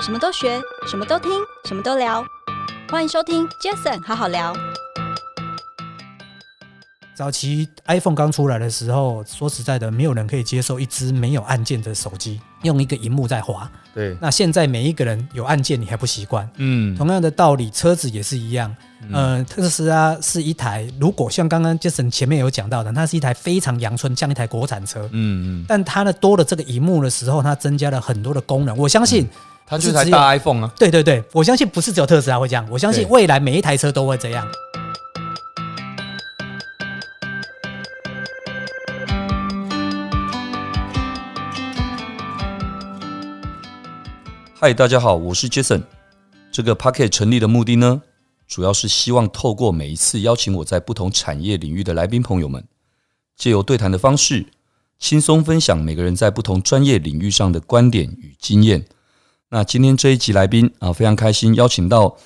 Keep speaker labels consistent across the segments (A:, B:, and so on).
A: 什么都学，什么都听，什么都聊。欢迎收听 Jason 好好聊。
B: 早期 iPhone 刚出来的时候，说实在的，没有人可以接受一只没有按键的手机，用一个荧幕在滑。
C: 对，
B: 那现在每一个人有按键，你还不习惯。
C: 嗯，
B: 同样的道理，车子也是一样。呃，特斯拉是一台，如果像刚刚 Jason 前面有讲到的，它是一台非常阳春，像一台国产车。
C: 嗯嗯，
B: 但它的多了这个荧幕的时候，它增加了很多的功能。我相信，
C: 嗯它就是台大 iPhone 啊，
B: 对对对，我相信不是只有特斯拉会这样，我相信
C: 对
B: 未来每一台车都会这样。
D: 嗨，大家好，我是 Jason。这个 Pocket 成立的目的呢，主要是希望透过每一次邀请我在不同产业领域的来宾朋友们，借由对谈的方式，轻松分享每个人在不同专业领域上的观点与经验。那今天这一集来宾啊，非常开心邀请到，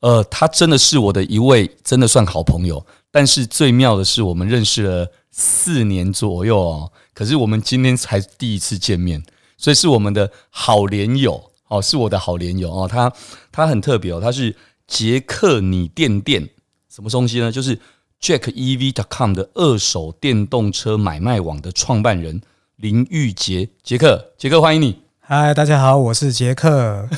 D: 呃，他真的是我的一位真的算好朋友，但是最妙的是我们认识了四年左右哦，可是我们今天才第一次见面。所以是我们的好连友哦，是我的好连友哦，他他很特别哦，他是捷克拟电店什么东西呢？就是 E jackev.com 的二手电动车买卖网的创办人林玉杰，杰克，杰克欢迎你。
B: 嗨，大家好，我是杰克。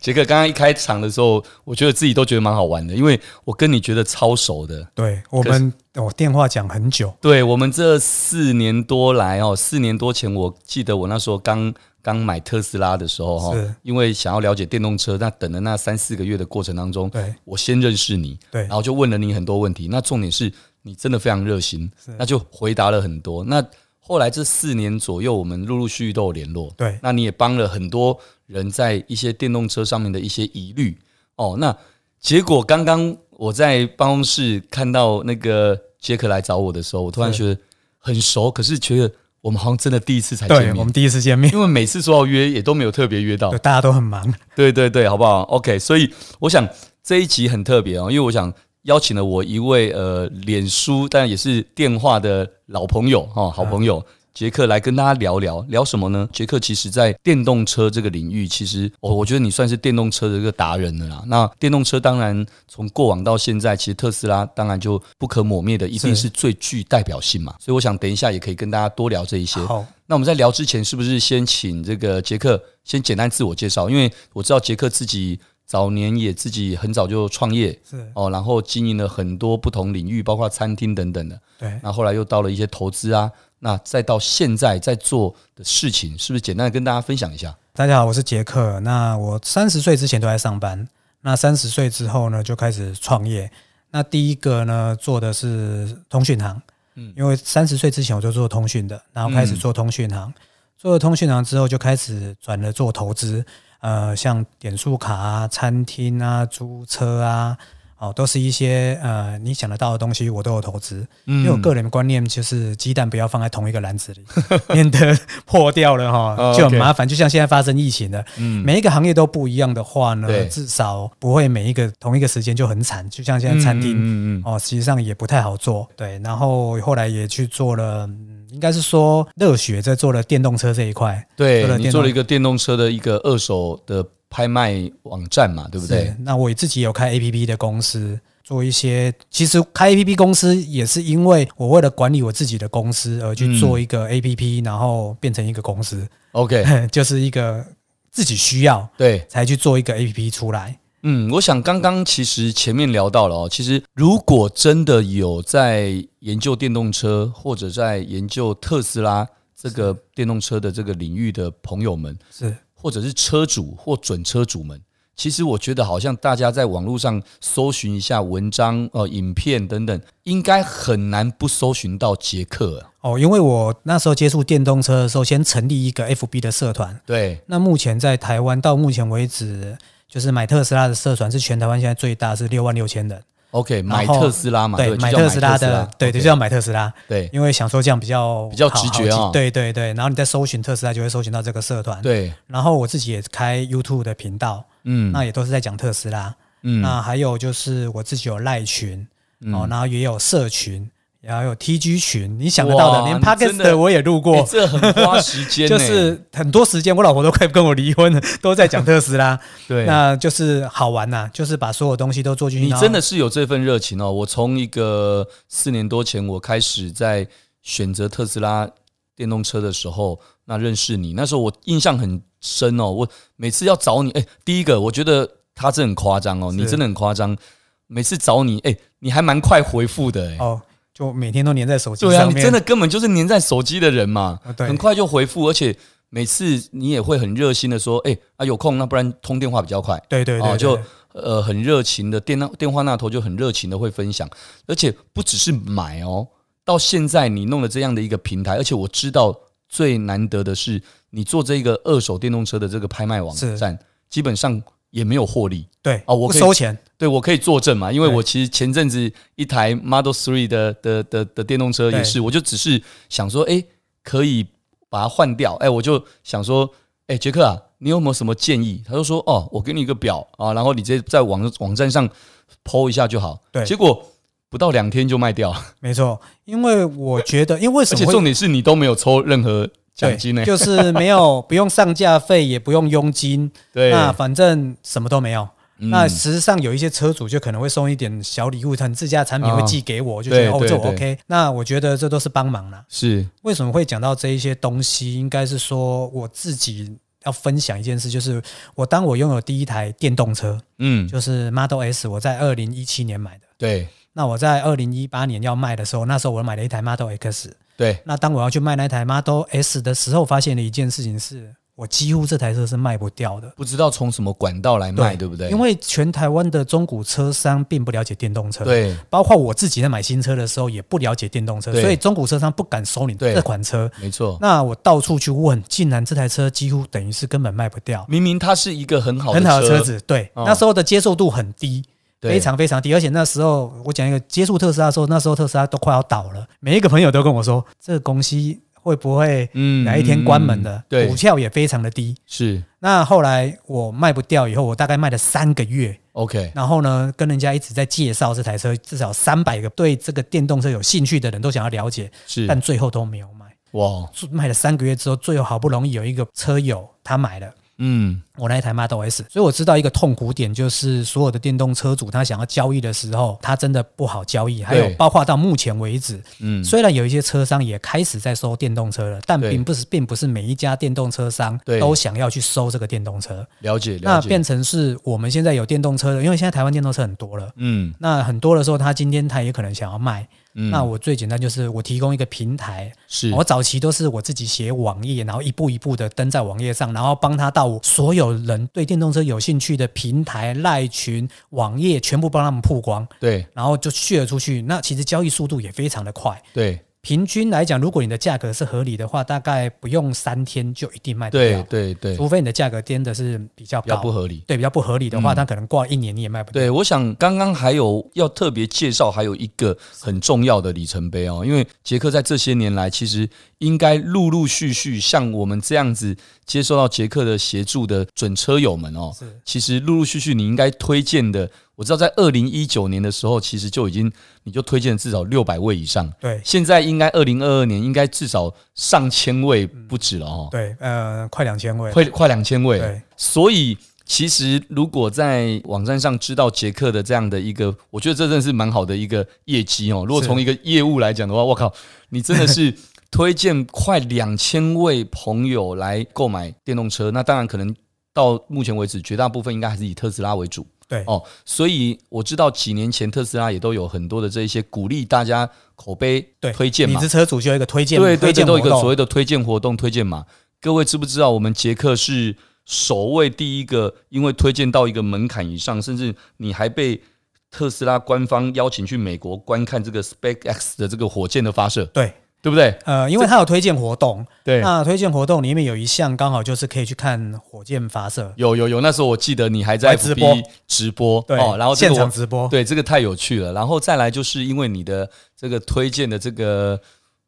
D: 杰克刚刚一开场的时候，我觉得自己都觉得蛮好玩的，因为我跟你觉得超熟的。
B: 对我们，我、电话讲很久，
D: 对我们这四年多来哦，四年多前，我记得我那时候刚刚买特斯拉的时候哈、
B: 是
D: 哦，因为想要了解电动车，那等了那三四个月的过程当中，
B: 对
D: 我先认识你，
B: 对
D: 然后就问了你很多问题。那重点是你真的非常热心
B: 是，
D: 那就回答了很多。那后来这四年左右，我们陆陆续续都有联络，
B: 对
D: 那你也帮了很多人在一些电动车上面的一些疑虑哦。那结果刚刚我在办公室看到那个杰克来找我的时候，我突然
B: 是
D: 觉得很熟，可是觉得我们好像真的第一次才
B: 对
D: 见
B: 我
D: 面
B: 们。第一次见面，
D: 因为每次说要约，也都没有特别约到
B: 对，。大家都很忙，
D: 对对对，好不好？OK，所以我想这一集很特别哦，因为我想邀请了我一位呃，脸书但也是电话的老朋友哦，好朋友。杰克来跟大家聊聊聊什么呢？杰克其实，在电动车这个领域，其实我、哦、我觉得你算是电动车的一个达人了啦。那电动车当然从过往到现在，其实特斯拉当然就不可磨灭的，一定
B: 是
D: 是最具代表性嘛。所以我想等一下也可以跟大家多聊这一些。
B: 好，
D: 那我们在聊之前，是不是先请这个杰克先简单自我介绍？因为我知道杰克自己早年也自己很早就创业
B: 是
D: 哦，然后经营了很多不同领域，包括餐厅等等的。
B: 对。
D: 那后来又到了一些投资啊，那再到现在在做的事情，是不是简单的跟大家分享一下？
B: 大家好，我是杰克。那我三十岁之前都在上班，那三十岁之后呢，就开始创业。那第一个呢，做的是通讯行，嗯，因为三十岁之前我就做通讯的，然后开始做通讯行。做了通讯行之后，就开始转了做投资，呃，像点数卡啊、餐厅啊、租车啊，哦，都是一些呃你想得到的东西，我都有投资。
D: 嗯
B: 嗯因为我个人的观念就是鸡蛋不要放在同一个篮子里， 免得破掉了哈，
D: 哦
B: 就很
D: OK 嗯
B: 麻烦。就像现在发生疫情了，每一个行业都不一样的话呢，
D: 对
B: 至少不会每一个同一个时间就很惨。就像现在餐厅
D: 嗯嗯嗯
B: 哦，实际上也不太好做。对，然后后来也去做了，嗯应该是说热血在做了电动车这一块，做了
D: 对你
B: 电
D: 做了
B: 动
D: 一个电动车的一个二手的拍卖网站嘛，对不对
B: 是？那我自己有开 APP 的公司，做一些其实开 APP 公司也是因为我为了管理我自己的公司而去
D: 嗯
B: 做一个 APP，、然后变成一个公司，
D: ？OK，
B: 就是一个自己需要
D: 对，
B: 才去做一个 APP 出来。
D: 嗯，我想刚刚其实前面聊到了哦，其实如果真的有在研究电动车或者在研究特斯拉这个电动车的这个领域的朋友们，
B: 是
D: 或者是车主或准车主们，其实我觉得好像大家在网络上搜寻一下文章、呃影片等等，应该很难不搜寻到捷克、啊。
B: 哦，因为我那时候接触电动车的时候，先成立一个 FB 的社团。
D: 对，
B: 那目前在台湾到目前为止，就是买特斯拉的社团是全台湾现在最大，是六万六千人。
D: OK，
B: 然
D: 买
B: 后
D: 特斯拉嘛，
B: 对，
D: 就
B: 买
D: 叫
B: 特斯拉的，对，
D: OK，
B: 就叫买特斯拉。
D: 对
B: 因为想说这样比较
D: 比较
B: 好
D: 直觉啊
B: 好记对对对，然后你在搜寻特斯拉就会搜寻到这个社团。，
D: 对，
B: 然后我自己也开 YouTube 的频道，
D: 嗯
B: 那也都是在讲特斯拉。
D: 嗯
B: 那还有就是我自己有赖群，哦，然后也有社群，然后有 TG 群，你想得到的，
D: 哇
B: 连
D: 你真
B: Podcast
D: 的
B: 的我也录
D: 欸
B: 过，
D: 这很花时 间呢，
B: 就是很多时间，我老婆都快跟我离婚了， 都在讲特斯拉，
D: 对。
B: 那就是好玩呐、就是把所有东西都做进去。
D: 你
B: 然后
D: 真的是有这份热情哦！我从一个四年多前我开始在选择特斯拉电动车的时候，那认识你，那时候我印象很深哦。我每次要找你，哎，第一个我觉得他真的很夸张哦，
B: 是
D: 你真的很夸张。每次找你，哎，你还蛮快回复的，哎，
B: 哦，就每天都粘在手机
D: 对啊，
B: 上
D: 你
B: 面，
D: 真的根本就是粘在手机的人嘛，
B: 啊对
D: 很快就回复，而且每次你也会很热心的说，哎，啊有空，那不然通电话比较快。
B: 对对对
D: 哦
B: 对，
D: 就呃很热情的电那电话那头就很热情的会分享，而且不只是买哦，到现在你弄了这样的一个平台，而且我知道最难得的是你做这个二手电动车的这个拍卖网
B: 是
D: 站，基本上也没有获利。
B: 对
D: 哦
B: 不
D: 我可以
B: 收钱，
D: 对，我可以作证嘛，因为
B: 对
D: 我其实前阵子一台 Model Three 的的的的电动车也
B: 对
D: 是，我就只是想说，哎，可以把它换掉，哎，我就想说，哎，杰克啊，你有没有什么建议？他就说，哦，我给你一个表啊，然后你直接在网网站上剖一下就好。
B: 对
D: 结果不到两天就 卖掉，
B: 没错。因为我觉 得，因为为什
D: 而
B: 么
D: 且
B: 会
D: 重点是你都没有抽任何奖金呢、
B: 对就是没有不用上架费，也不用佣金，
D: 对，
B: 那反正什么都没有。
D: 嗯
B: 那实际上有一些车主就可能会送一点小礼物，他自家产品会
D: 啊
B: 寄给我，就觉得哦
D: 对
B: 这
D: 对
B: 我 OK。那我觉得这都是帮忙啦。
D: 是
B: 为什么会讲到这一些东西？应该是说我自己要分享一件事，就是我当我拥有第一台电动车，
D: 嗯，
B: 就是 Model S，我在二零一七年买的。
D: 对
B: 那我在二零一八年要卖的时候，那时候我买了一台 Model X。
D: 对，
B: 那当我要去卖那台 Model S 的时候，发现了一件事情是，我几乎这台车是卖不掉的。
D: 不知道从什么管道来卖，对不对？
B: 因为全台湾的中古车商并不了解电动车，，
D: 对
B: 包括我自己在买新车的时候也不了解电动车，
D: 对
B: 所以中古车商不敢收你
D: 对
B: 这款车。
D: 没错。
B: 那我到处去问，竟然这台车几乎等于是根本卖不掉，
D: 明明它是一个很好的
B: 很好的
D: 车
B: 车，子，对，
D: 哦
B: 那时候的接受度很低。
D: 对
B: 非常非常低，而且那时候我讲一个接触特斯拉的时候，那时候特斯拉都快要倒了，每一个朋友都跟我说，这个公司会不会
D: 嗯
B: 哪一天关门
D: 嗯
B: 了？
D: 对
B: 股票也非常的低。
D: 是
B: 那后来我卖不掉以后，我大概卖了三个月，
D: OK，
B: 然后呢，跟人家一直在介绍这台车，至少三百个对这个电动车有兴趣的人都想要了解，
D: 是
B: 但最后都没有买。
D: 哇，
B: 卖了三个月之后，最后好不容易有一个车友他买了。
D: 嗯，
B: 我那一台 Model S，所以我知道一个痛苦点，就是所有的电动车主他想要交易的时候，他真的不好交易。还有包括到目前为止，
D: 嗯
B: 虽然有一些车商也开始在收电动车了，但
D: 对
B: 并不是并不是每一家电动车商
D: 对
B: 都想要去收这个电动车。
D: 了解了
B: 那
D: 解，
B: 变成是我们现在有电动车了，因为现在台湾电动车很多了。
D: 嗯
B: 那很多的时候，他今天他也可能想要卖。
D: 嗯，
B: 那我最简单就是我提供一个平台，
D: 是
B: 我早期都是我自己写网页，然后一步一步的登在网页上，然后帮他到我所有人对电动车有兴趣的平台、赖群、网页全部帮他们曝光，
D: 对
B: 然后就 share 出去。那其实交易速度也非常的快。
D: 对
B: 平均来讲，如果你的价格是合理的话，大概不用三天就一定卖得
D: 对
B: 掉，
D: 对对，
B: 除非你的价格颠的是比较
D: 比较
B: 高，
D: 不合理。
B: 对比较不合理的话，它可能挂一年你也卖不掉。
D: 对，我想刚刚还有要特别介绍，还有一个很重要的里程碑哦，因为杰克在这些年来，其实应该陆陆续续像我们这样子接受到杰克的协助的准车友们哦，
B: 是
D: 其实陆陆续续你应该推荐的，我知道在二零一九年的时候，其实就已经你就推荐了至少六百位以上，
B: 对
D: 现在应该二零二二年应该至少上千位不止了哦，
B: 对，呃，快两千位了，
D: 快快两千位了
B: 对。
D: 所以其实如果在网站上知道杰克的这样的一个，我觉得这真的是蛮好的一个业绩哦。如果
B: 是
D: 从一个业务来讲的话，我靠，你真 的是。推荐快两千位朋友来购买电动车，那当然可能到目前为止，绝大部分应该还是以特斯拉为主。
B: 对
D: 哦，所以我知道几年前特斯拉也都有很多的这一些鼓励大家口碑
B: 对
D: 推荐
B: 你
D: 嘛
B: 是，车主就有一个推荐，
D: 对
B: 推
D: 对对，
B: 荐
D: 都有一
B: 活
D: 个
B: 动
D: 所谓的推荐活动、推荐码。各位知不知道，我们杰克是首位第一个，因为推荐到一个门槛以上，甚至你还被特斯拉官方邀请去美国观看这个 SpaceX 的这个火箭的发射，
B: 对。
D: 对不对？
B: 呃，因为它有推荐活动，
D: 对
B: 那推荐活动里面有一项刚好就是可以去看火箭发射，
D: 有有有，那时候我记得你还
B: 我
D: 在
B: 还直播
D: FB 直播
B: 对，
D: 哦，然后这
B: 现
D: 个
B: 场
D: 我
B: 直播，
D: 对这个太有趣了，然后再来就是因为你的这个推荐的这个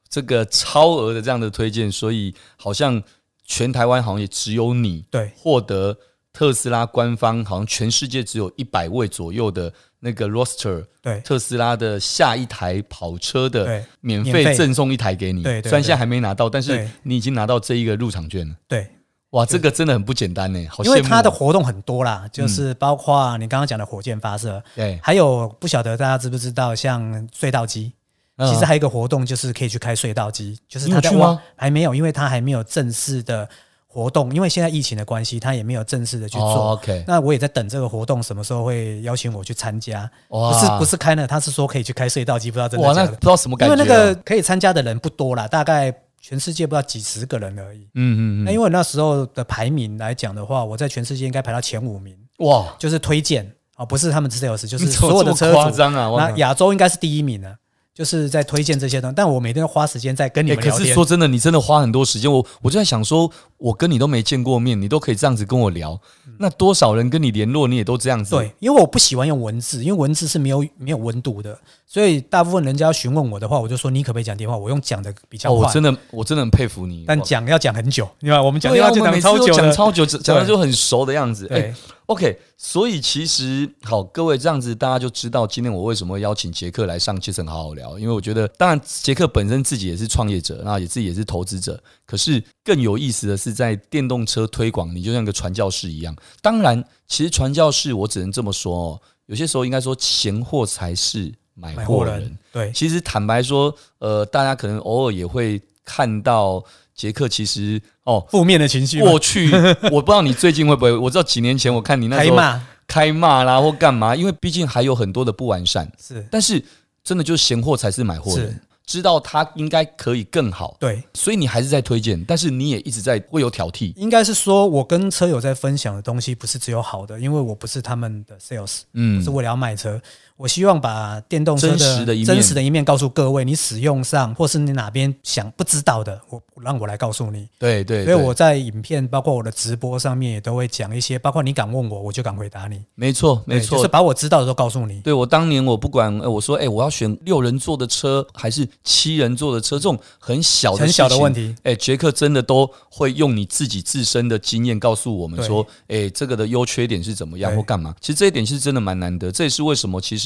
D: 这个超额的这样的推荐，所以好像全台湾好像也只有你
B: 对
D: 获得特斯拉官方好像全世界只有一百位左右的那个 roster
B: 对
D: 特斯拉的下一台跑车的
B: 对
D: 免
B: 免费
D: 费赠送一台给你。
B: 对对
D: 虽然
B: 对
D: 现在还没拿到，但是
B: 对
D: 你已经拿到这一个入场券了。
B: 对，
D: 哇，这个真的很不简单呢，好羡慕
B: 因
D: 哦。嗯
B: 为它的活动很多啦，就是包括你刚刚讲的火箭发射，
D: 对，
B: 还有不晓得大家知不知道，像隧道机，
D: 嗯
B: 其实还有一个活动就是可以去开隧道机，就是他在
D: 你有去吗
B: 挖还没有，因为他还没有正式的活动，因为现在疫情的关系，他也没有正式的去
D: 哦
B: 做。
D: OK，
B: 那我也在等这个活动什么时候会邀请我去参加，
D: 哇
B: 不是不是开呢，他是说可以去开隧道机，不知道真
D: 哇，
B: 的假
D: 那不
B: 的，
D: 知道什么感
B: 因为
D: 觉哦。
B: 那个可以参加的人不多啦，大概全世界不知道几十个人而已。
D: 嗯，嗯嗯
B: 那因为那时候的排名来讲的话，我在全世界应该排到前五名，
D: 哇，
B: 就是推荐啊、哦不是他们 sales，就是
D: 你怎么
B: 所有的
D: 这
B: 车
D: 么夸
B: 主。
D: 张啊！哇
B: 那亚洲应该是第一名的，就是在推荐这些东西。但我每天都花时间在跟你
D: 欸
B: 们
D: 可
B: 聊
D: 是
B: 天。
D: 说真的，你真的花很多时间。我我就在想说，我跟你都没见过面，你都可以这样子跟我聊，那多少人跟你联络，你也都这样
B: 嗯
D: 子。
B: 对，因为我不喜欢用文字，因为文字是没有没有温度的，所以大部分人家要询问我的话，我就说你可不可以讲电话？我用讲的比较
D: 哦，
B: 快，
D: 我真的我真的很佩服你。
B: 但
D: 哇
B: 讲要讲很久，对吧？我们讲
D: 对
B: 电
D: 啊，
B: 话
D: 我
B: 就
D: 们每
B: 讲
D: 次
B: 超哎
D: 都
B: 久
D: 讲
B: 的，
D: 超久，讲的就很熟的样子。
B: 对
D: 欸 OK，所以其实好，各位这样子大家就知道今天我为什么会邀请杰克来上《杰森好好聊》，因为我觉得，当然杰克本身自己也是创业者，那也自己也是投资者，可是更有意思的是，在电动车推广，你就像个传教士一样。当然，其实传教士我只能这么说哦，有些时候应该说闲货才是买
B: 买
D: 货
B: 货
D: 哎人
B: 人。对
D: 其实坦白说，呃，大家可能偶尔也会看到杰克其实哦，
B: 负面的情绪嘛
D: 过去 我不知道你最近会不会，我知道几年前我看你那
B: 开
D: 时候
B: 骂
D: 开骂啦或干嘛，因为毕竟还有很多的不完善，
B: 是
D: 但是真的就是闲货才是买货人
B: 是，
D: 知道它应该可以更好，
B: 对。
D: 所以你还是在推荐，但是你也一直在会有挑剔，
B: 应该是说，我跟车友在分享的东西不是只有好的，因为我不是他们的 sales，
D: 嗯
B: 是为了要卖车。我希望把电动车的
D: 真实的一面
B: 真实的一面告诉各位，你使用上或是你哪边想不知道的，我让我来告诉你。
D: 对对
B: 所以
D: 对，
B: 我在影片，包括我的直播上面也都会讲一些，包括你敢问我，我就敢回答你。
D: 没错没
B: 对就
D: 错
B: 是。把我知道的都告诉你。
D: 对我当年我不管，呃我说，哎、我要选六人座的车还是七人座的车，这种很小的
B: 很小的
D: 事情
B: 问题，
D: 哎、杰克真的都会用你自己自身的经验告诉我们
B: 对
D: 说，哎、这个的优缺点是怎么样
B: 对
D: 或干嘛。其实这一点是真的蛮难得，这也是为什么其实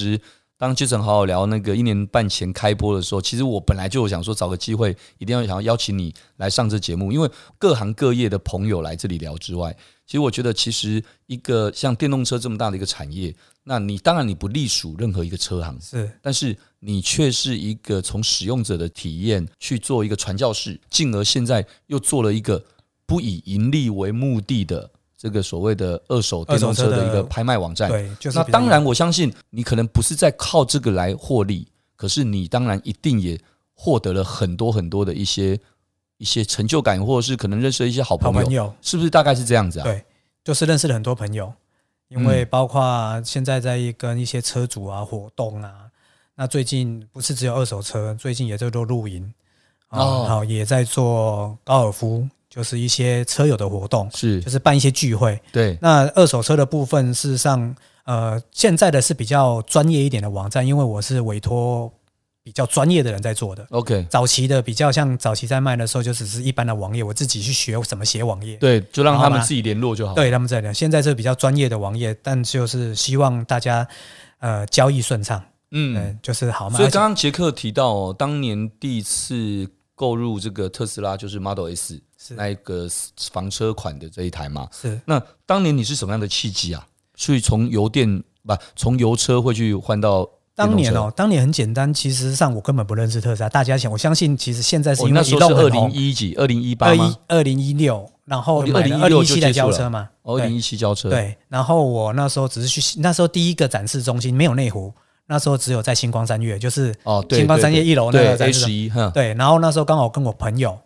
D: 当杰森好好聊那个一年半前开播的时候，其实我本来就有想说找个机会一定要想要邀请你来上这节目，因为各行各业的朋友来这里聊之外，其实我觉得其实一个像电动车这么大的一个产业，那你当然你不隶属任何一个车行，
B: 是
D: 但是你却是一个从使用者的体验去做一个传教士，进而现在又做了一个不以盈利为目的的这个所谓的二手电动车的一个拍卖网站。
B: 对，就是
D: 那
B: 比较
D: 当然，我相信你可能不是在靠这个来获利，可是你当然一定也获得了很多很多的一些一些成就感，或者是可能认识了一些好
B: 好
D: 朋友，
B: 朋友，
D: 是不是大概是这样子啊？
B: 对就是认识了很多朋友，因为包括现在在跟一些车主啊活动啊，那最近不是只有二手车，最近也在做露营啊，
D: 哦
B: 好、也在做高尔夫，就是一些车友的活动，
D: 是
B: 就，是办一些聚会。
D: 对，
B: 那二手车的部分，事实上，呃，现在的是比较专业一点的网站，因为我是委托比较专业的人在做的。
D: OK，
B: 早期的比较像早期在卖的时候，就只是一般的网页，我自己去学怎么写网页。
D: 对，就让
B: 好
D: 他们
B: 吧
D: 自己联络就好。，
B: 对，他们在聊。现在是比较专业的网页，但就是希望大家呃交易顺畅，
D: 嗯
B: 嗯，，就是好嘛。
D: 所以
B: 而且
D: 刚刚杰克提到哦，当年第一次购入这个特斯拉就是 Model S
B: 是
D: 那一个房车款的这一台嘛。
B: 是
D: 那当年你是什么样的契机啊？去从油电不从油车会去换到电
B: 当
D: 动
B: 年
D: 车
B: 哦，当年很简单，其实上我根本不认识特斯拉，大家想，我相信其实现在是因
D: 哦
B: 为
D: 那
B: 移
D: 时候
B: 动
D: 是二
B: 很
D: 零
B: 红，
D: 一几二零一八
B: 二
D: 吗
B: 一？二零一六，然后
D: 哦
B: 买了
D: 2016
B: 2017
D: 就
B: 来
D: 接触
B: 交
D: 了
B: 车嘛，
D: 哦，二零一七交车。
B: 对，对。然后我那时候只是去，那时候第一个展示中心没有内湖，那时候只有在星光三月，就是
D: 哦，对，
B: 星光
D: 对
B: 三
D: 对
B: 月一楼那
D: 对
B: 个展
D: A
B: 示中
D: 十一，哼，
B: 对，然后那时候刚好跟我朋友，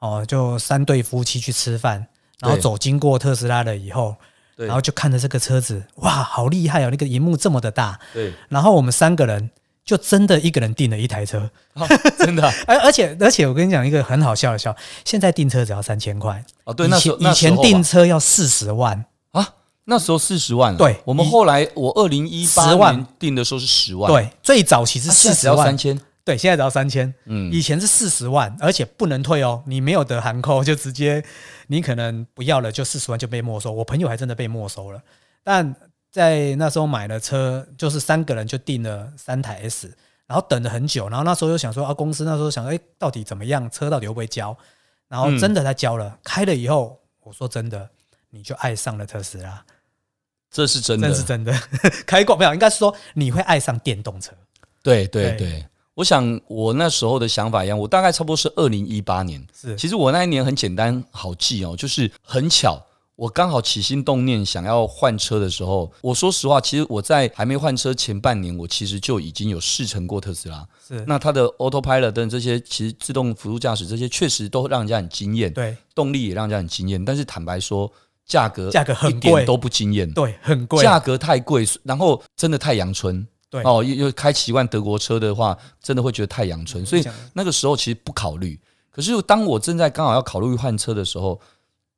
B: 哦，就三对夫妻去吃饭，然后
D: 对
B: 走经过特斯拉了以后，
D: 对
B: 然后就看着这个车子，哇，好厉害哦！那个荧幕这么的大，
D: 对，
B: 然后我们三个人就真的一个人订了一台车，
D: 哦真的啊
B: 而而且而且我跟你讲一个很好笑的笑，现在订车只要三千块，
D: 哦，对，
B: 以
D: 那时
B: 前
D: 候
B: 以前
D: 定
B: 订车要四十万，
D: 啊，那时候四十万啊。
B: 对
D: 我们
B: 一
D: 后来我二零一八
B: 10万
D: 年定的时候是十万，
B: 对，最早期是
D: 啊，
B: 四
D: 现在只
B: 十
D: 要
B: 万
D: 三，千。
B: 对，现在只要三千，
D: 嗯
B: 以前是四十万，而且不能退哦，你没有得含扣就直接，你可能不要了，就四十万就被没收。我朋友还真的被没收了，但在那时候买了车，就是三个人就订了三台 S，然后等了很久，然后那时候又想说啊，公司那时候想，哎、到底怎么样，车到底会不会
D: 嗯
B: 交？然后真的他交了，开了以后，我说真的，你就爱上了特斯拉，
D: 这是真的，
B: 真是真的。 开过没有？应该是说你会爱上电动车。
D: 对对
B: 对
D: 对，我想我那时候的想法一样，我大概差不多是二零一八年。
B: 是
D: 其实我那一年很简单好记哦，就是很巧，我刚好起心动念想要换车的时候，我说实话，其实我在还没换车前半年，我其实就已经有试乘过特斯拉。
B: 是，
D: 那它的 Autopilot 等这些，其实自动辅助驾驶这些，确实都让人家很惊艳，
B: 对
D: 动力也让人家很惊艳。但是坦白说，价格
B: 价格很
D: 一点
B: 贵
D: 都不惊艳，
B: 对，很贵。
D: 价格太贵，然后真的太阳春。
B: 对
D: 哦，又又开习惯德国车的话，真的会觉得太阳
B: 嗯
D: 春，所以那个时候其实不考虑。可是当我正在刚好要考虑换车的时候，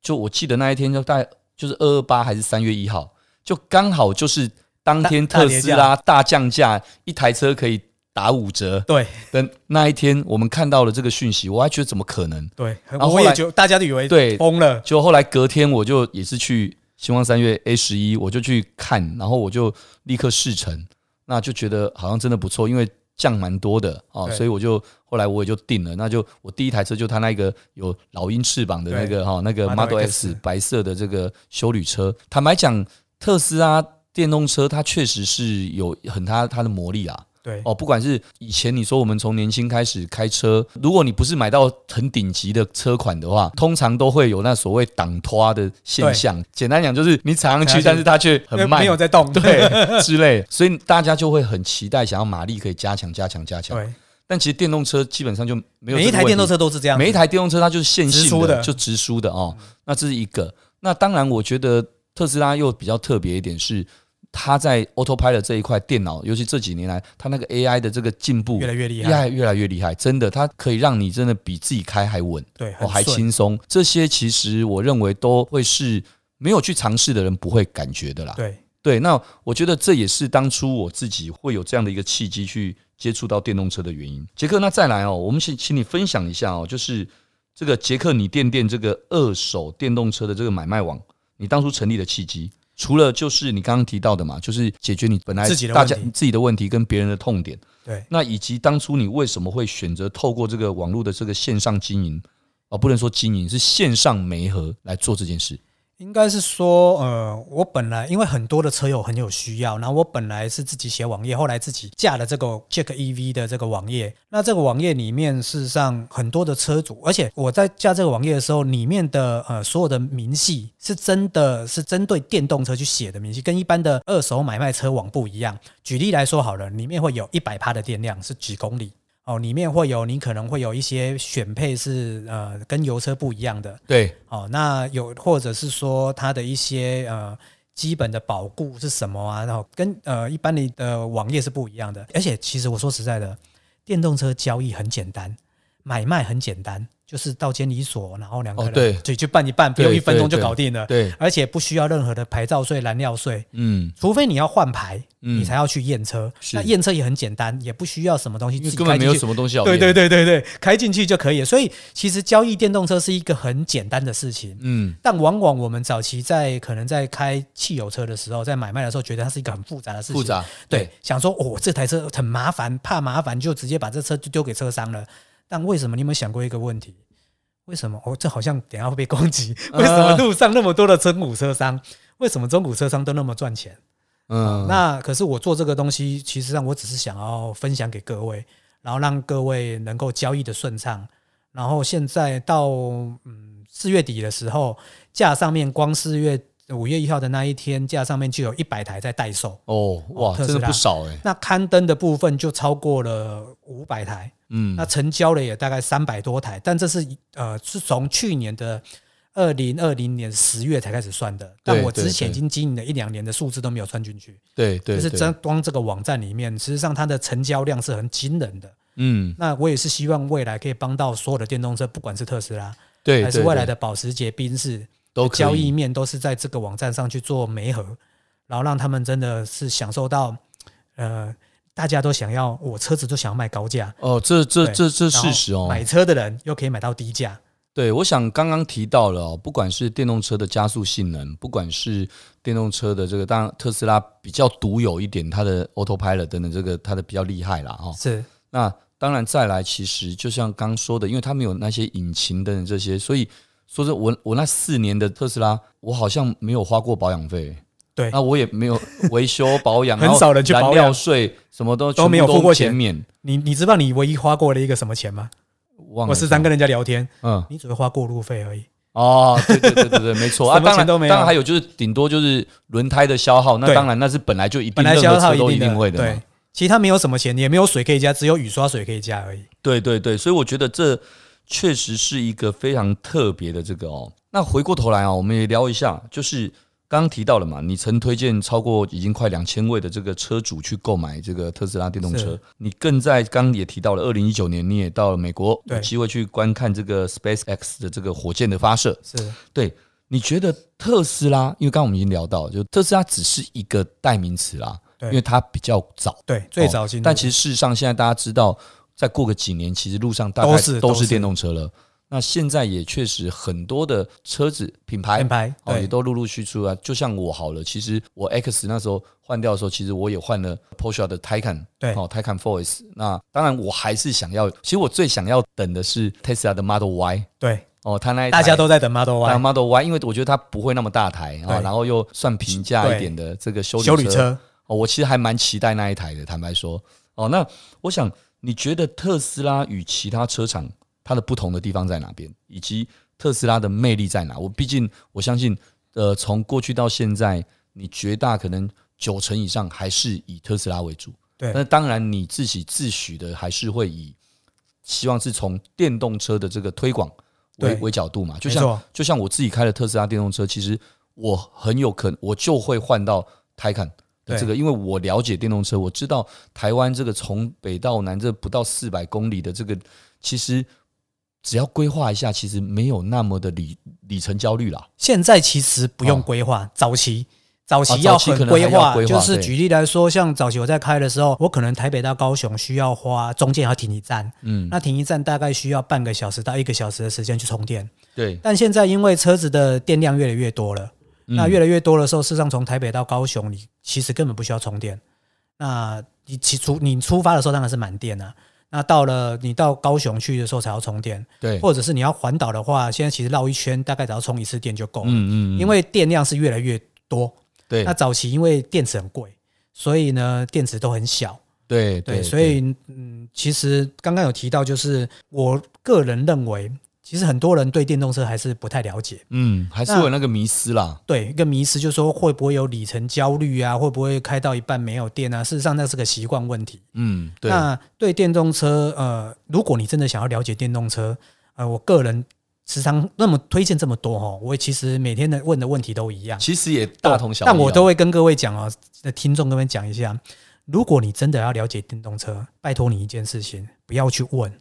D: 就我记得那一天就大概就是二二八还是三月一号，就刚好就是当天
B: 大大
D: 特
B: 跌
D: 斯
B: 价
D: 拉大降价，一台车可以打五折
B: 对
D: 的那一天，我们看到了这个讯息，我还觉得怎么可能？
B: 对，很
D: 后
B: 我
D: 后
B: 也
D: 来
B: 就大家都以为
D: 对
B: 疯了。
D: 就后来隔天我就也是去星光三月 A 十一，我就去看，然后我就立刻试乘，那就觉得好像真的不错，因为降蛮多的哦，
B: 对
D: 所以我就后来我也就定了，那就我第一台车就它那个有老鹰翅膀的那个哈、那个
B: Model
D: Model
B: X
D: X 白色的这个修旅车，坦白讲，特斯拉电动车它确实是有很它它的魔力啊，
B: 对，
D: 哦，不管是以前你说我们从年轻开始开车，如果你不是买到很顶级的车款的话，通常都会有那所谓挡拖的现象。简单讲就是你踩上
B: 踩上
D: 去，
B: 去
D: 但是它却
B: 因为
D: 很慢，
B: 没有在动。
D: 对之类，所以大家就会很期待，想要马力可以加强、加强、加强。
B: 对，
D: 但其实电动车基本上就没有
B: 每一
D: 这个
B: 台
D: 问
B: 电
D: 题
B: 动车都是这样子。
D: 每一台电动车它就是线
B: 直
D: 性
B: 出
D: 的，
B: 的
D: 就直输的哦。那这是一个。那当然，我觉得特斯拉又比较特别一点是，它在 Autopilot 这一块电脑，尤其这几年来，它那个 AI 的这个进步
B: 越来越厉
D: 越
B: 害，
D: 来越来越厉害，真的，它可以让你真的比自己开还稳，
B: 对，
D: 哦，
B: 很
D: 还
B: 顺
D: 轻松。这些其实我认为都会是没有去尝试的人不会感觉的啦。
B: 对，
D: 对，那我觉得这也是当初我自己会有这样的一个契机去接触到电动车的原因。杰克，那再来哦，我们请请你分享一下哦，就是这个杰克你电电这个二手电动车的这个买卖网，你当初成立的契机，除了就是你刚刚提到的嘛，就是解决你本来
B: 自己的
D: 大
B: 问
D: 家
B: 题
D: 自己的问题跟别人的痛点，
B: 对，
D: 那以及当初你为什么会选择透过这个网络的这个线上经营，哦，不能说经营是线上媒合来做这件事，
B: 应该是说，呃，我本来因为很多的车友很有需要，然后我本来是自己写网页，后来自己架了这个 Jack EV 的这个网页。那这个网页里面，事实上很多的车主，而且我在架这个网页的时候，里面的呃所有的明细是真的是针对电动车去写的明细，跟一般的二手买卖车网不一样。举例来说好了，里面会有一百趴的电量是几公里。哦，里面会有你可能会有一些选配是呃跟油车不一样的，
D: 对，
B: 哦，那有或者是说它的一些呃基本的保固是什么啊？然后跟呃一般你的网页是不一样的。而且其实我说实在的，电动车交易很简单，买卖很简单，就是到监理所，然后两个
D: 哦
B: 人、
D: 对
B: 就就办一办，不用
D: 对
B: 一分钟就
D: 对
B: 搞定了。
D: 对，
B: 而且不需要任何的牌照税、燃料税，
D: 嗯，
B: 除非你要换牌，
D: 嗯
B: 你才要去验车。
D: 是
B: 那验车也很简单，也不需要什么东西，
D: 因
B: 自
D: 为
B: 己
D: 根本
B: 开
D: 没
B: 进
D: 有
B: 去
D: 什么东西好
B: 对
D: 练
B: 对对对对，开进去就可以了。所以其实交易电动车是一个很简单的事情，
D: 嗯。
B: 但往往我们早期在可能在开汽油车的时候，在买卖的时候，觉得它是一个很复杂的事情。
D: 复杂，
B: 对，想说哦，这台车很麻烦，怕麻烦就直接把这车就丢给车商了。但为什么你有没有想过一个问题？为什么哦？这好像等一下会被攻击。
D: 呃
B: 为什么路上那么多的中古车商？为什么中古车商都那么赚钱？
D: 嗯，
B: 啊那可是我做这个东西，其实上我只是想要分享给各位，然后让各位能够交易的顺畅。然后现在到嗯四月底的时候，架上面光四月五月一号的那一天，架上面就有一百台在代售。
D: 哦，哇，
B: 特斯
D: 真的
B: 拉
D: 不少哎、
B: 那刊登的部分就超过了五百台，
D: 嗯
B: 那，成交了也大概三百多台，但这是呃是从去年的二零二零年十月才开始算的，但
D: 对
B: 我
D: 对
B: 之前已
D: 对
B: 经经营了一两年的数字都没有算进去。
D: 对对，
B: 就是
D: 对
B: 在，光这个网站里面，实际上它的成交量是很惊人的。
D: 嗯，
B: 那我也是希望未来可以帮到所有的电动车，不管是特斯拉
D: 对，
B: 还是
D: 对
B: 未来
D: 对
B: 的保时捷、宾士，
D: 都可以
B: 交易，面都是在这个网站上去做媒合，然后让他们真的是享受到，呃，大家都想要我车子都想要卖高价，
D: 哦，这这
B: 对
D: 这这
B: 然后
D: 事实哦，
B: 买车的人又可以买到低价，
D: 对，我想刚刚提到了、哦，不管是电动车的加速性能，不管是电动车的这个，当然特斯拉比较独有一点，它的 Autopilot 等等，这个它的比较厉害啦，哈、哦。
B: 是
D: 那当然再来，其实就像刚说的，因为它没有那些引擎等等这些，所以说真的我我那四年的特斯拉，我好像没有花过保养费。
B: 对
D: 那我也没有维修 保养，
B: 哎很
D: 然后
B: 少人去保养
D: 燃料税什么都
B: 都
D: 全部
B: 没有付过钱
D: 减免。
B: 你，你知道你唯一花过的一个什么钱吗？
D: 忘了
B: 我时常跟人家聊天，
D: 嗯
B: 你只会花过路费而已。
D: 哦，对对对对对，没错啊，
B: 什么
D: 当
B: 钱
D: 然
B: 都没有
D: 当然还有就是顶多就是轮胎的消耗，那
B: 对
D: 当然那是本来就一定
B: 本来
D: 任
B: 消
D: 何
B: 耗
D: 车都
B: 定
D: 定会的嘛
B: 对，其他没有什么钱，也没有水可以加，只有雨刷水可以加而已。
D: 对对对，所以我觉得这确实是一个非常特别的这个哦。那回过头来啊、我们也聊一下，就是刚刚提到了嘛，你曾推荐超过已经快两千位的这个车主去购买这个特斯拉电动车
B: 是，
D: 你更在刚刚也提到了，二零一九年你也到了美国，
B: 对
D: 有机会去观看这个 SpaceX 的这个火箭的发射。
B: 是
D: 对，你觉得特斯拉？因为刚刚我们已经聊到，就特斯拉只是一个代名词啦，
B: 对
D: 因为它比较早。
B: 对，最早进入、
D: 哦但其实事实上，现在大家知道，再过个几年，其实路上大概
B: 都是
D: 都
B: 都是
D: 是电动车了。那现在也确实很多的车子品牌
B: 品牌
D: 哦，
B: 对
D: 也都陆陆续续啊。就像我好了，其实我 X 那时候换掉的时候，其实我也换了 Porsche 的 Taycan，
B: 对
D: 哦，Taycan 4S。那当然，我还是想要，其实我最想要等的是 Tesla 的 Model Y
B: 对，
D: 哦，它那一台
B: 大家都在等 Model
D: 啊
B: Y
D: Model Y，因为我觉得它不会那么大台啊、
B: 对
D: 哦，然后又算平价
B: 对
D: 一点的这个修理
B: 修理车，
D: 哦，我其实还蛮期待那一台的，坦白说。哦，那我想你觉得特斯拉与其他车厂它的不同的地方在哪边，以及特斯拉的魅力在哪？我毕竟我相信，呃，从过去到现在，你绝大可能九成以上还是以特斯拉为主。
B: 对
D: 那当然你自己自诩的还是会以希望是从电动车的这个推广为
B: 对
D: 为角度嘛，就
B: 没
D: 像
B: 错，
D: 就像我自己开的特斯拉电动车，其实我很有可能我就会换到 Taycan 的
B: 对
D: 这个，因为我了解电动车，我知道台湾这个从北到南这不到四百公里的这个，其实只要规划一下，其实没有那么的里里程焦虑啦。
B: 现在其实不用
D: 哦
B: 规划，早期早期
D: 啊
B: 要
D: 早期
B: 很
D: 可能
B: 规
D: 还要
B: 划，
D: 规划
B: 就是
D: 对
B: 举例来说，像早期我在开的时候，我可能台北到高雄需要花中间还要停一站，
D: 嗯，
B: 那停一站大概需要半个小时到一个小时的时间去充电。
D: 对，
B: 但现在因为车子的电量越来越多了，
D: 嗯
B: 那越来越多的时候，事实上从台北到高雄，你其实根本不需要充电。那你起出你出发的时候当然是满电啊，那到了你到高雄去的时候才要充电，
D: 对，
B: 或者是你要环岛的话，现在其实绕一圈大概只要充一次电就够了，
D: 嗯嗯，
B: 因为电量是越来越多。
D: 对
B: 那早期因为电池很贵，所以呢电池都很小，
D: 对
B: 对，所以嗯，其实刚刚有提到，就是我个人认为，其实很多人对电动车还是不太了解。
D: 嗯，还是会有那个迷失啦。
B: 对，一个迷失就是说会不会有里程焦虑啊？会不会开到一半没有电啊？事实上，那是个习惯问题。
D: 嗯，对，
B: 那对电动车，呃，如果你真的想要了解电动车，呃，我个人时常那么推荐这么多哦，我其实每天的问的问题都一样，
D: 其实也大同小异啦，啊
B: 但哦我都会跟各位讲哦，呃听众跟各位讲一下，如果你真的要了解电动车，拜托你一件事情，不要去问，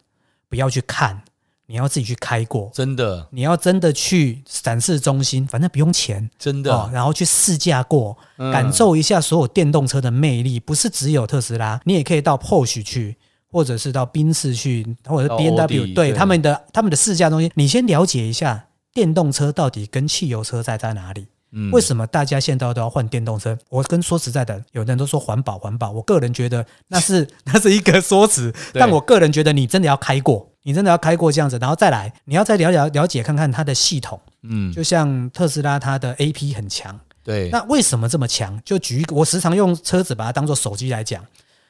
B: 不要去看，你要自己去开过，
D: 真的
B: 你要真的去展示中心，反正不用钱。
D: 真
B: 哦，
D: 的
B: 然后去试驾过，
D: 嗯
B: 感受一下所有电动车的魅力，不是只有特斯拉，你也可以到 Porsche 去，或者是到宾士去，或者是
D: 到
B: B N
D: 奥
B: W，
D: 迪
B: 对
D: 对
B: 他们的他们的试驾东西，你先了解一下电动车到底跟汽油车在在哪里。
D: 嗯
B: 为什么大家现在都要换电动车？我跟说实在的，有的人都说环保环保，我个人觉得那是 那是一个说辞，
D: 对
B: 但我个人觉得你真的要开过，你真的要开过这样子，然后再来，你要再了了了解看看它的系统，
D: 嗯
B: 就像特斯拉它的 A P 很强，
D: 对
B: 那为什么这么强？就举一个，我时常用车子把它当做手机来讲。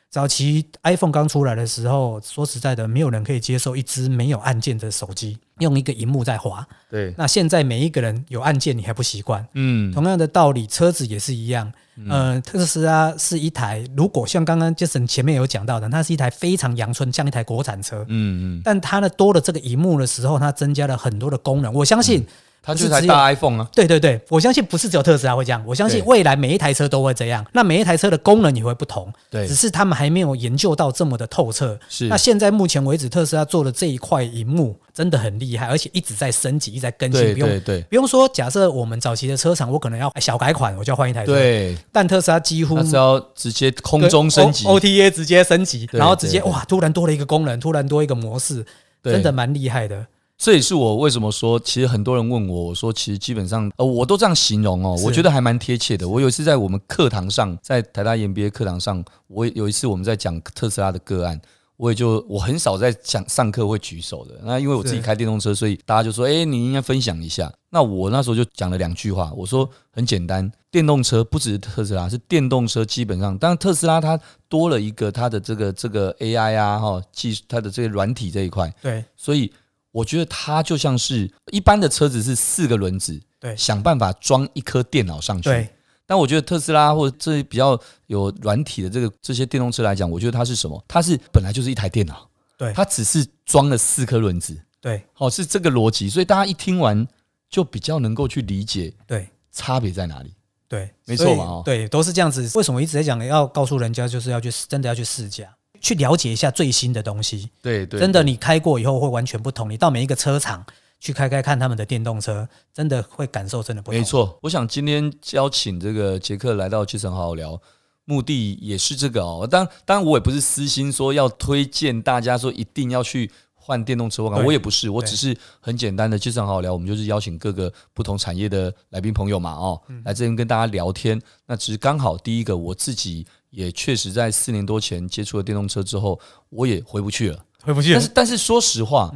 B: 早期 iPhone 刚出来的时候，说实在的，没有人可以接受一只没有按键的手机，用一个荧幕在滑。
D: 对
B: 那现在每一个人有按键，你还不习惯。
D: 嗯
B: 同样的道理，车子也是一样。呃，特斯拉是一台，如果像刚刚 Jason 前面有讲到的，它是一台非常阳春，像一台国产车。
D: 嗯嗯，
B: 但它的多了这个荧幕的时候，它增加了很多的功能。我相信，
D: 嗯它
B: 不
D: 就是是台
B: 只有
D: 大 iPhone 啊，
B: 对对对，我相信不是只有特斯拉会这样，我相信
D: 对
B: 未来每一台车都会这样。那每一台车的功能也会不同，
D: 对
B: 只是他们还没有研究到这么的透彻。
D: 是
B: 那现在目前为止，特斯拉做的这一块荧幕真的很厉害，而且一直在升级，一直在更新，
D: 对
B: 不用
D: 对对。
B: 不用说，假设我们早期的车厂，我可能要哎小改款，我就要换一台车。，
D: 对，
B: 但特斯拉几乎哦
D: 它是要直接空中升级。
B: O T A 直接升级，
D: 对
B: 然后直接
D: 对对
B: 哇，突然多了一个功能，突然多一个模式，
D: 对
B: 真的蛮厉害的。
D: 这也是我为什么说，其实很多人问我，我说其实基本上，呃，我都这样形容哦，
B: 是
D: 我觉得还蛮贴切的。我有一次在我们课堂上，在台大 E MBA 课堂上，我有一次我们在讲特斯拉的个案，我也就我很少在讲上课会举手的。那因为我自己
B: 是
D: 开电动车，所以大家就说，哎，你应该分享一下。那我那时候就讲了两句话，我说很简单，电动车不只是特斯拉，是电动车基本上，当然特斯拉它多了一个它的这个这个 AI 啊，哈，技术它的这个软体这一块，
B: 对
D: 所以我觉得它就像是一般的车子是四个轮子，
B: 对
D: 想办法装一颗电脑上去。
B: 对
D: 但我觉得特斯拉或者这比较有软体的这个这些电动车来讲，我觉得它是什么？它是本来就是一台电脑，
B: 对
D: 它只是装了四颗轮子，
B: 对
D: 好、是这个逻辑。所以大家一听完就比较能够去理解
B: 对
D: 差别在哪里。
B: 对，
D: 没错
B: 所以
D: 嘛哦
B: 对，都是这样子。为什么一直在讲要告诉人家，就是要去真的要去试驾，去了解一下最新的东西。
D: 对对
B: 真的，你开过以后会完全不同。你到每一个车厂去开开看他们的电动车，真的会感受真的不同。
D: 没，错，我想今天邀请这个杰克来到基层好好聊，目的也是这个哦。当当然，我也不是私心说要推荐大家说一定要去换电动车，我感
B: 对
D: 我也不是，我
B: 对
D: 只是很简单的基层好好聊，我们就是邀请各个不同产业的来宾朋友嘛，哦，
B: 嗯
D: 来这边跟大家聊天。那只是刚好第一个我自己也确实在四年多前接触了电动车之后，我也回不去了。
B: 回不去
D: 但是但是说实话，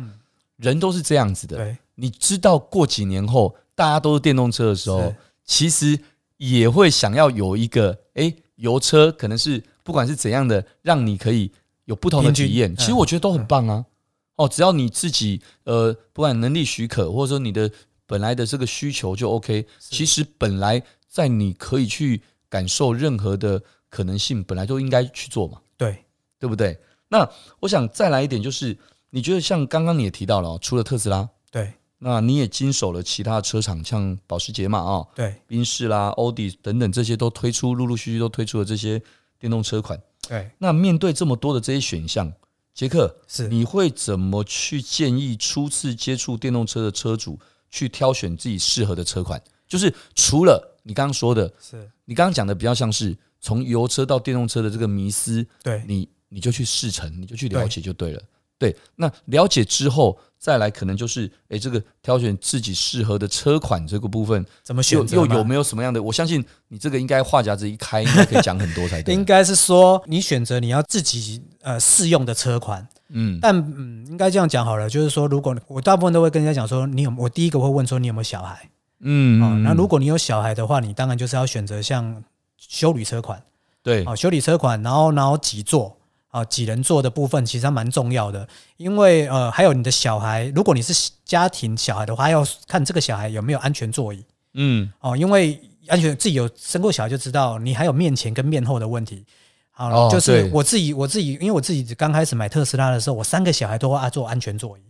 D: 人都是这样子
B: 嗯
D: 的，
B: 对
D: 你知道过几年后大家都是电动车的时候
B: 是，
D: 其实也会想要有一个诶油车，可能是不管是怎样的，让你可以有不同的
B: 平均
D: 体验。
B: 嗯
D: 其实我觉得都很棒啊。哦，只要你自己呃，不管能力许可，或者说你的本来的这个需求就 OK。其实本来在你可以去感受任何的可能性，本来就应该去做嘛。
B: 对
D: 对不对？那我想再来一点，就是你觉得像刚刚你也提到了、哦，除了特斯拉，
B: 对
D: 那你也经手了其他的车厂，像保时捷嘛，哦，
B: 对
D: 宾士啦、欧迪等等，这些都推出，陆陆续续都推出了这些电动车款。
B: 对，
D: 那面对这么多的这些选项，杰克，
B: 是
D: 你会怎么去建议初次接触电动车的车主去挑选自己适合的车款？就是除了你刚刚说的，
B: 是，
D: 你刚刚讲的比较像是从油车到电动车的这个迷思，
B: 对
D: 你你就去试乘，你就去了解就对了。对，那了解之后再来，可能就是诶，这个挑选自己适合的车款这个部分，
B: 怎么选
D: 又
B: 择
D: 又
B: 嘛
D: 有没有什么样的？我相信你这个应该话匣子一开，应该可以讲很多才对
B: 应。该是说，你选择你要自己呃适用的车款，
D: 嗯，
B: 但嗯，应该这样讲好了，就是说，如果我大部分都会跟人家讲说，你有，我第一个会问说你有没有小孩
D: 嗯，
B: 啊、哦那如
D: 果
B: 果你有小孩的话，你当然就是要选择像修旅车款
D: 对
B: 啊、哦，修旅车款，然后然后几座啊、几人座的部分其实还蛮重要的，因为呃，还有你的小孩，如果你是家庭小孩的话，还要看这个小孩有没有安全座椅
D: 嗯，
B: 哦，因为安全自己有生过小孩就知道，你还有面前跟面后的问题。好、
D: 哦
B: 就是
D: 对
B: 我自己，我自己，因为我自己刚开始买特斯拉的时候，我三个小孩都要坐安全座椅，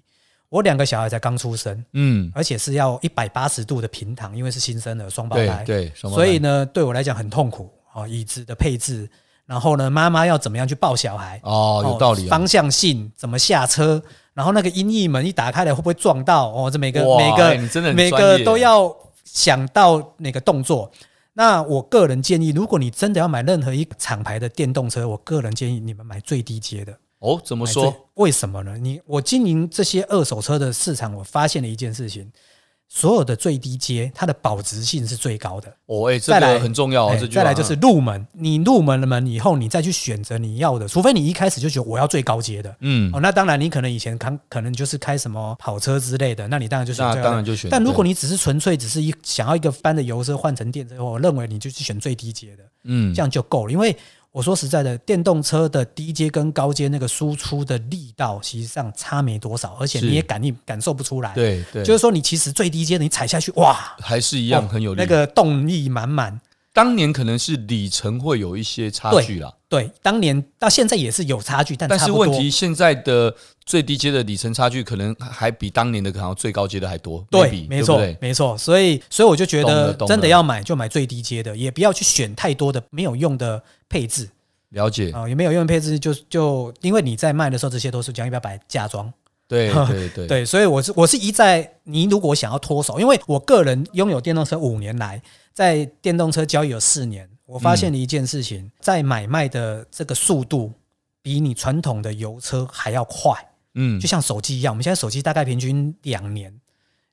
B: 我两个小孩才刚出生，
D: 嗯，
B: 而且是要一百八十度的平躺，因为是新生儿双胞胎
D: 对，对，双胞
B: 所以
D: 胎
B: 呢，对我来讲很痛苦哦，椅子的配置，然后呢，妈妈要怎么样去抱小孩，
D: 哦，有道理哦，
B: 方向性怎么下车，然后那个阴翼门一打开来会不会撞到？哦，这每个
D: 哇
B: 每个、
D: 哎你真的很
B: 每
D: 专
B: 个
D: 业
B: 都要想到那个动作。那我个人建议，如果你真的要买任何一个厂牌的电动车，我个人建议你们买最低阶的。
D: 哦，怎么
B: 买
D: 说
B: 最？哎为什么呢？你我经营这些二手车的市场，我发现了一件事情：所有的最低阶，它的保值性是最高的。
D: 哦，哎，这
B: 再来
D: 个很重要哦，
B: 哎
D: 这句
B: 再来
D: 话
B: 就是入门，你入门了门以后，你再去选择你要的，除非你一开始就觉得我要最高阶的。
D: 嗯，
B: 哦，那当然，你可能以前看可能就是开什么跑车之类的，那你当然就选
D: 那
B: 这个
D: 当然就选
B: 但如果
D: 对
B: 你只是纯粹只是一想要一个翻的油车换成电车，我认为你就是选最低阶的，
D: 嗯
B: 这，样就够了。因为我说实在的，电动车的低阶跟高阶那个输出的力道，实际上差没多少，而且
D: 是
B: 你也感应感受不出来。，
D: 对对，
B: 就是是说你其实最低阶的你踩下去，哇，
D: 还是一样
B: 哦
D: 很有力
B: 那个动力满满。
D: 当年可能是里程会有一些差距啦，
B: 对，当年到现在也是有差距，但
D: 但
B: 差
D: 是
B: 不多
D: 问题现在的最低阶的里程差距可能还比当年的可能最高阶的还多，
B: 对
D: maybe，，
B: 没错
D: 对不对
B: 没错。所以，所以我就觉
D: 懂
B: 得
D: 了懂
B: 真的
D: 了
B: 要买就买最低阶的，也不要去选太多的没有用的配置
D: 了解，
B: 啊、也没有用的配置就就因为你在卖的时候，这些都是讲一百摆嫁妆。
D: 对对对，
B: 对，所以我是我是一在你如果想要脱手，因为我个人拥有电动车五年来，在电动车交易有四年，我发现了一件事情，在买卖的这个速度比你传统的油车还要快。
D: 嗯
B: 就，像手机一样，我们现在手机大概平均两年，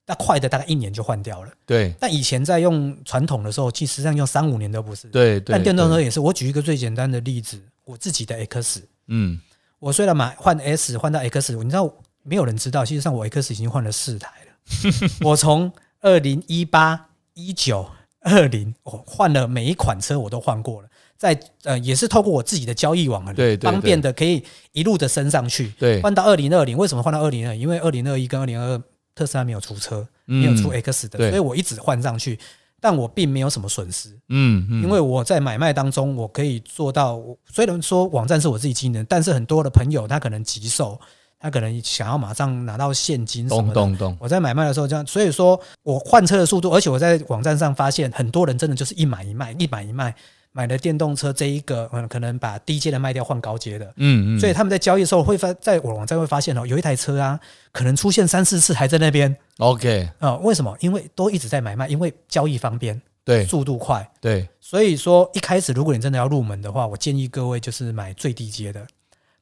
B: 那快的大概一年就换掉了。
D: 对
B: 但以前在用传统的时候，其实际上用三五年都不是。
D: 对对，
B: 但电动车
D: 对，
B: 也是。我举一个最简单的例子，我自己的 X，
D: 嗯，
B: 我虽然买换 S 换到 X，你知道没有人知道，其实上我 X 已经换了四台了。 我从二零一八、一九、二零，我换了每一款车我都换过了，在呃也是透过我自己的交易网很
D: 对对对
B: 方便的，可以一路的升上去。
D: 对，
B: 换到二零二零，为什么换到二零二？因为二零二一跟二零二特斯拉没有出车，
D: 嗯
B: 没有出 X 的，
D: 对
B: 所以我一直换上去，但我并没有什么损失。
D: 嗯嗯，
B: 因为我在买卖当中，我可以做到。我虽然说网站是我自己经营的，但是很多的朋友他可能急售，他可能想要马上拿到现金什
D: 懂
B: 么的。
D: 懂懂，
B: 我在买卖的时候，这样，所以说我换车的速度，而且我在网站上发现，很多人真的就是一买一卖，一买一卖，买了电动车这一个，嗯，可能把低阶的卖掉换高阶的，
D: 嗯嗯，
B: 所以他们在交易的时候会发，在我网站会发现哦，有一台车啊，可能出现三四次还在那边
D: OK，
B: 啊、呃为什么？因为都一直在买卖，因为交易方便，
D: 对
B: 速度快，
D: 对，
B: 所以说，一开始如果你真的要入门的话，我建议各位就是买最低阶的，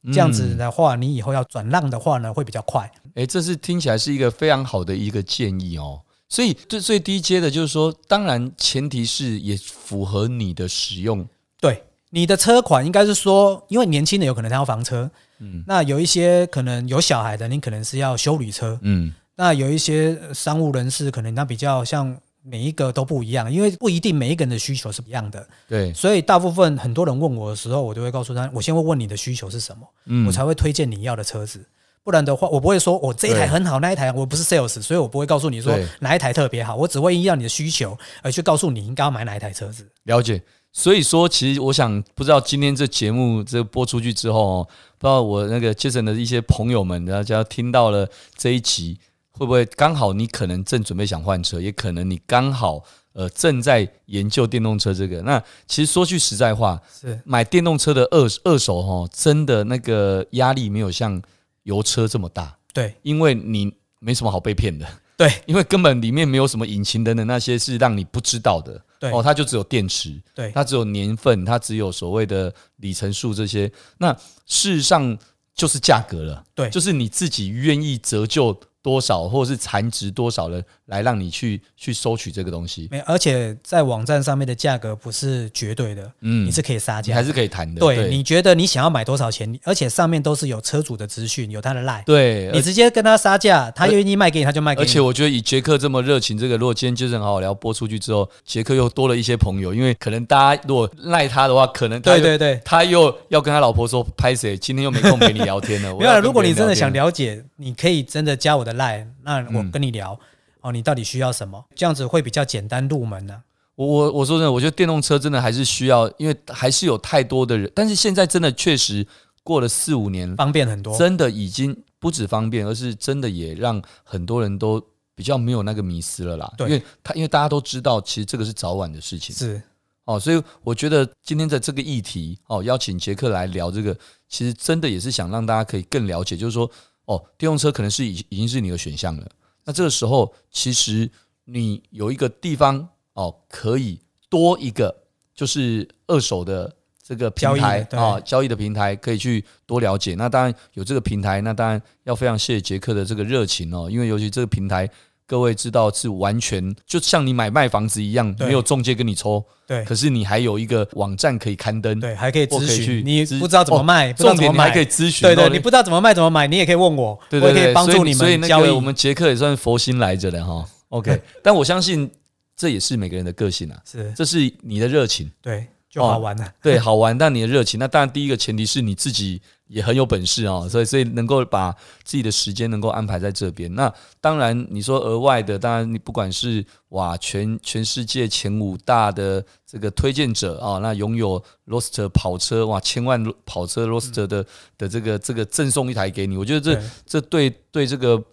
D: 嗯
B: 这样子的话，你以后要转让的话呢，会比较快。
D: 哎，这是听起来是一个非常好的一个建议哦。所以最最低阶的就是说，当然前提是也符合你的使用，
B: 对，你的车款应该是说，因为年轻的有可能他要房车，嗯，那有一些可能有小孩的，你可能是要修理车，
D: 嗯，
B: 那有一些呃商务人士可能他比较像。每一个都不一样，因为不一定每一个人的需求是一样的，
D: 对，
B: 所以大部分很多人问我的时候，我就会告诉他，我先会问你的需求是什么。
D: 嗯
B: 我才会推荐你要的车子。不然的话，我不会说我哦这一台
D: 对
B: 很好，那一台我不是 sales，所以我不会告诉你说
D: 对
B: 哪一台特别好，我只会依照你的需求而去告诉你应该要买哪一台车子。
D: 了解。所以说，其实我想，不知道今天这节目这播出去之后哦，不知道我那个 Jason 的一些朋友们，大家听到了这一集，会不会刚好你可能正准备想换车，也可能你刚好呃正在研究电动车这个。那其实说句实在话，
B: 是
D: 买电动车的二二手哦，真的那个压力没有像油车这么大，
B: 对
D: 因为你没什么好被骗的。
B: 对，
D: 因为根本里面没有什么引擎等等那些是让你不知道的。
B: 对
D: 哦，它就只有电池，
B: 对
D: 它只有年份，它只有所谓的里程数这些。那事实上就是价格了，
B: 对
D: 就是你自己愿意折旧多少，或者是残值多少了，来让你去去收取这个东西。
B: 没，而且在网站上面的价格不是绝对的，
D: 嗯
B: 你是可以杀
D: 你
B: 价
D: 还
B: 的。
D: 是可以谈的，
B: 对，
D: 对
B: 你觉得你想要买多少钱，而且上面都是有车主的资讯，有他的 line，
D: 对，
B: 你直接跟他杀价，他愿意卖给你，他就卖给
D: 而
B: 你。
D: 且我觉得以杰克这么热情，这个如果今天就是很好聊播出去之后，杰克又多了一些朋友，因为可能大家如果赖他的话，可能他
B: 对
D: 又
B: 对对，
D: 他又要跟他老婆说拍谁，今天又没空陪你聊天 了。我
B: 没
D: 要
B: 有，啊
D: 跟
B: 如果
D: 别
B: 你
D: 人
B: 真的想
D: 天了，嗯
B: 了解，你可以真的加我的 line，那我跟你聊、哦，你到底需要什么？这样子会比较简单入门啊呢、
D: 我我我说真的，我觉得电动车真的还是需要，因为还是有太多的人，但是现在真的确实过了四五年，
B: 方便很多。
D: 真的已经不止方便，而是真的也让很多人都比较没有那个迷失了啦。
B: 对
D: 因为他因为大家都知道，其实这个是早晚的事情。
B: 是
D: 哦，所以我觉得今天的这个议题哦，邀请杰克来聊这个，其实真的也是想让大家可以更了解，就是说哦，电动车可能是已已经是你的选项了。那这个时候，其实你有一个地方哦，可以多一个就是二手的这个平
B: 交易的
D: 台
B: 对
D: 啊、交易的平台可以去多了解。那当然有这个平台，那当然要非常谢谢杰克的这个热情哦，因为尤其这个平台。各位知道是完全就像你买卖房子一样，
B: 对
D: 没有中介跟你抽，
B: 对
D: 可是你还有一个网站可以刊登，
B: 对，还可以
D: 或可
B: 咨
D: 以去
B: 询，你
D: 咨
B: 不知道怎么
D: 哦
B: 卖，不知道
D: 重
B: 怎么
D: 点你还
B: 买，
D: 可以咨询，
B: 对对，
D: 哦
B: 你不知道怎么卖怎么买，你也可以问我，
D: 对对
B: 我也可
D: 对，
B: 以帮助
D: 所以
B: 你
D: 所以
B: 们
D: 那
B: 交易。
D: 个我们杰克也算佛心来着的哈。OK，但我相信这也是每个人的个性啊，
B: 是
D: 这是你的热情，
B: 对，就好玩 了。
D: 哦对，好玩，但你的热情，那当然第一个前提是你自己也很有本事哦，所以所以能够把自己的时间能够安排在这边。那当然你说额外的，当然你不管是哇全全世界前五大的这个推荐者啊、哦，那拥有 Roster 跑车哇千万跑车 Roster 的、的这个这个赠送一台给你，我觉得这
B: 嗯对
D: 这对对这个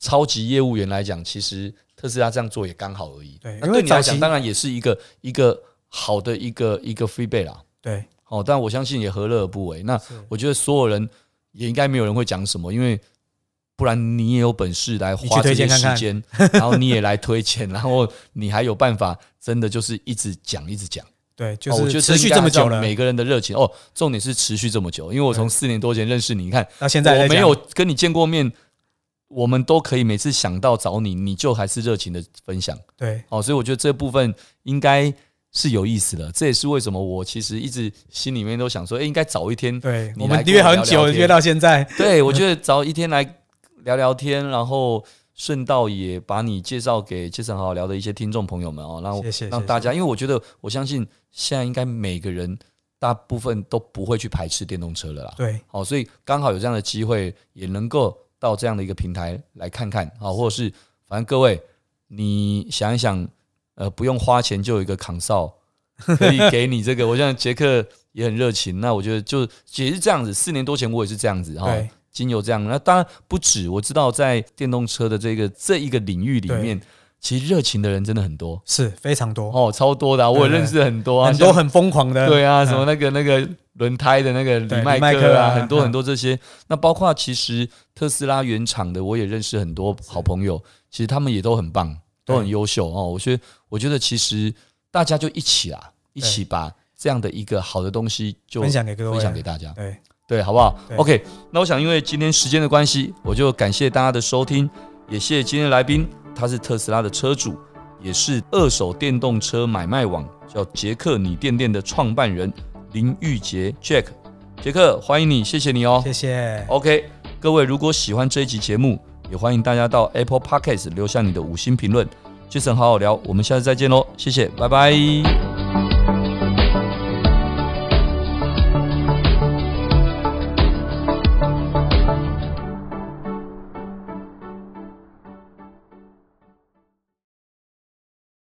D: 超级业务员来讲，其实特斯拉这样做也刚好而已。
B: 对
D: 那
B: 因为
D: 对你来
B: 早
D: 讲，
B: 期
D: 当然也是一个一个好的一个一个 free b a y 啦。
B: 对，
D: 哦，但我相信也何乐而不为？那
B: 是
D: 我觉得所有人也应该没有人会讲什么，因为不然你也有本事来
B: 你去
D: 花这
B: 推
D: 些
B: 荐看
D: 时
B: 看
D: 间，然后你也来推荐，然后你还有办法真的就是一直讲一直讲。
B: 对，
D: 哦
B: 就
D: 我觉
B: 是持
D: 得
B: 续这么久
D: 应该
B: 了
D: 按照，每个人的热情哦，重点是持续这么久，因为我从四年多前认识你，你看
B: 到现在
D: 我
B: 还在
D: 没
B: 讲
D: 有跟你见过面，我们都可以每次想到找你，你就还是热情的分享
B: 对
D: 哦，所以我觉得这部分应该是有意思的，这也是为什么我其实一直心里面都想说，哎、应该早一天，
B: 对，
D: 你
B: 我
D: 来
B: 们
D: 跟
B: 约
D: 我
B: 很
D: 聊
B: 久，
D: 聊天
B: 约到现在，
D: 对我觉得早一天来聊聊天，然后。顺道也把你介绍给《杰森好好聊》的一些听众朋友们哦，让
B: 谢谢
D: 让
B: 谢
D: 大
B: 谢
D: 家，因为我觉得我相信现在应该每个人大部分都不会去排斥电动车了啦。
B: 对
D: 好、所以刚好有这样的机会，也能够到这样的一个平台来看看，好、或者是反正各位你想一想，呃，不用花钱就有一个 console 可以给你这个。我像杰克也很热情，那我觉得就也是这样子，四年多前我也是这样子哈。
B: 对
D: 经由这样，那当然不止。我知道在电动车的这个这一个领域里面，其实热情的人真的很多
B: 是非常多，
D: 哦，超多的啊、我也
B: 对
D: 认识很多啊，
B: 很多
D: 像
B: 很疯狂的，
D: 对啊，
B: 嗯
D: 什么那个那个轮胎的那个
B: 对
D: 李麦
B: 李麦克
D: 克
B: 啊
D: 啊，很多
B: 嗯
D: 很多这些。那包括其实特斯拉原厂的，我也认识很多好朋友，其实他们也都很棒，都很
B: 对
D: 优秀哦。我觉得，我觉得其实大家就一起啦，一起把这样的一个好的东西就
B: 分享给各位，
D: 分享给大家，
B: 对，
D: 对，好不好
B: 对
D: ？OK，那我想因为今天时间的关系，我就感谢大家的收听，也谢谢今天的来宾，他是特斯拉的车主，也是二手电动车买卖网叫杰克你电电的创办人林玉杰 Jack，杰克欢迎你，谢谢你哦，
B: 谢谢，
D: OK，各位如果喜欢这一集节目，也欢迎大家到 Apple Podcast 留下你的五星评论。杰森好好聊，我们下次再见喽，谢谢，拜拜。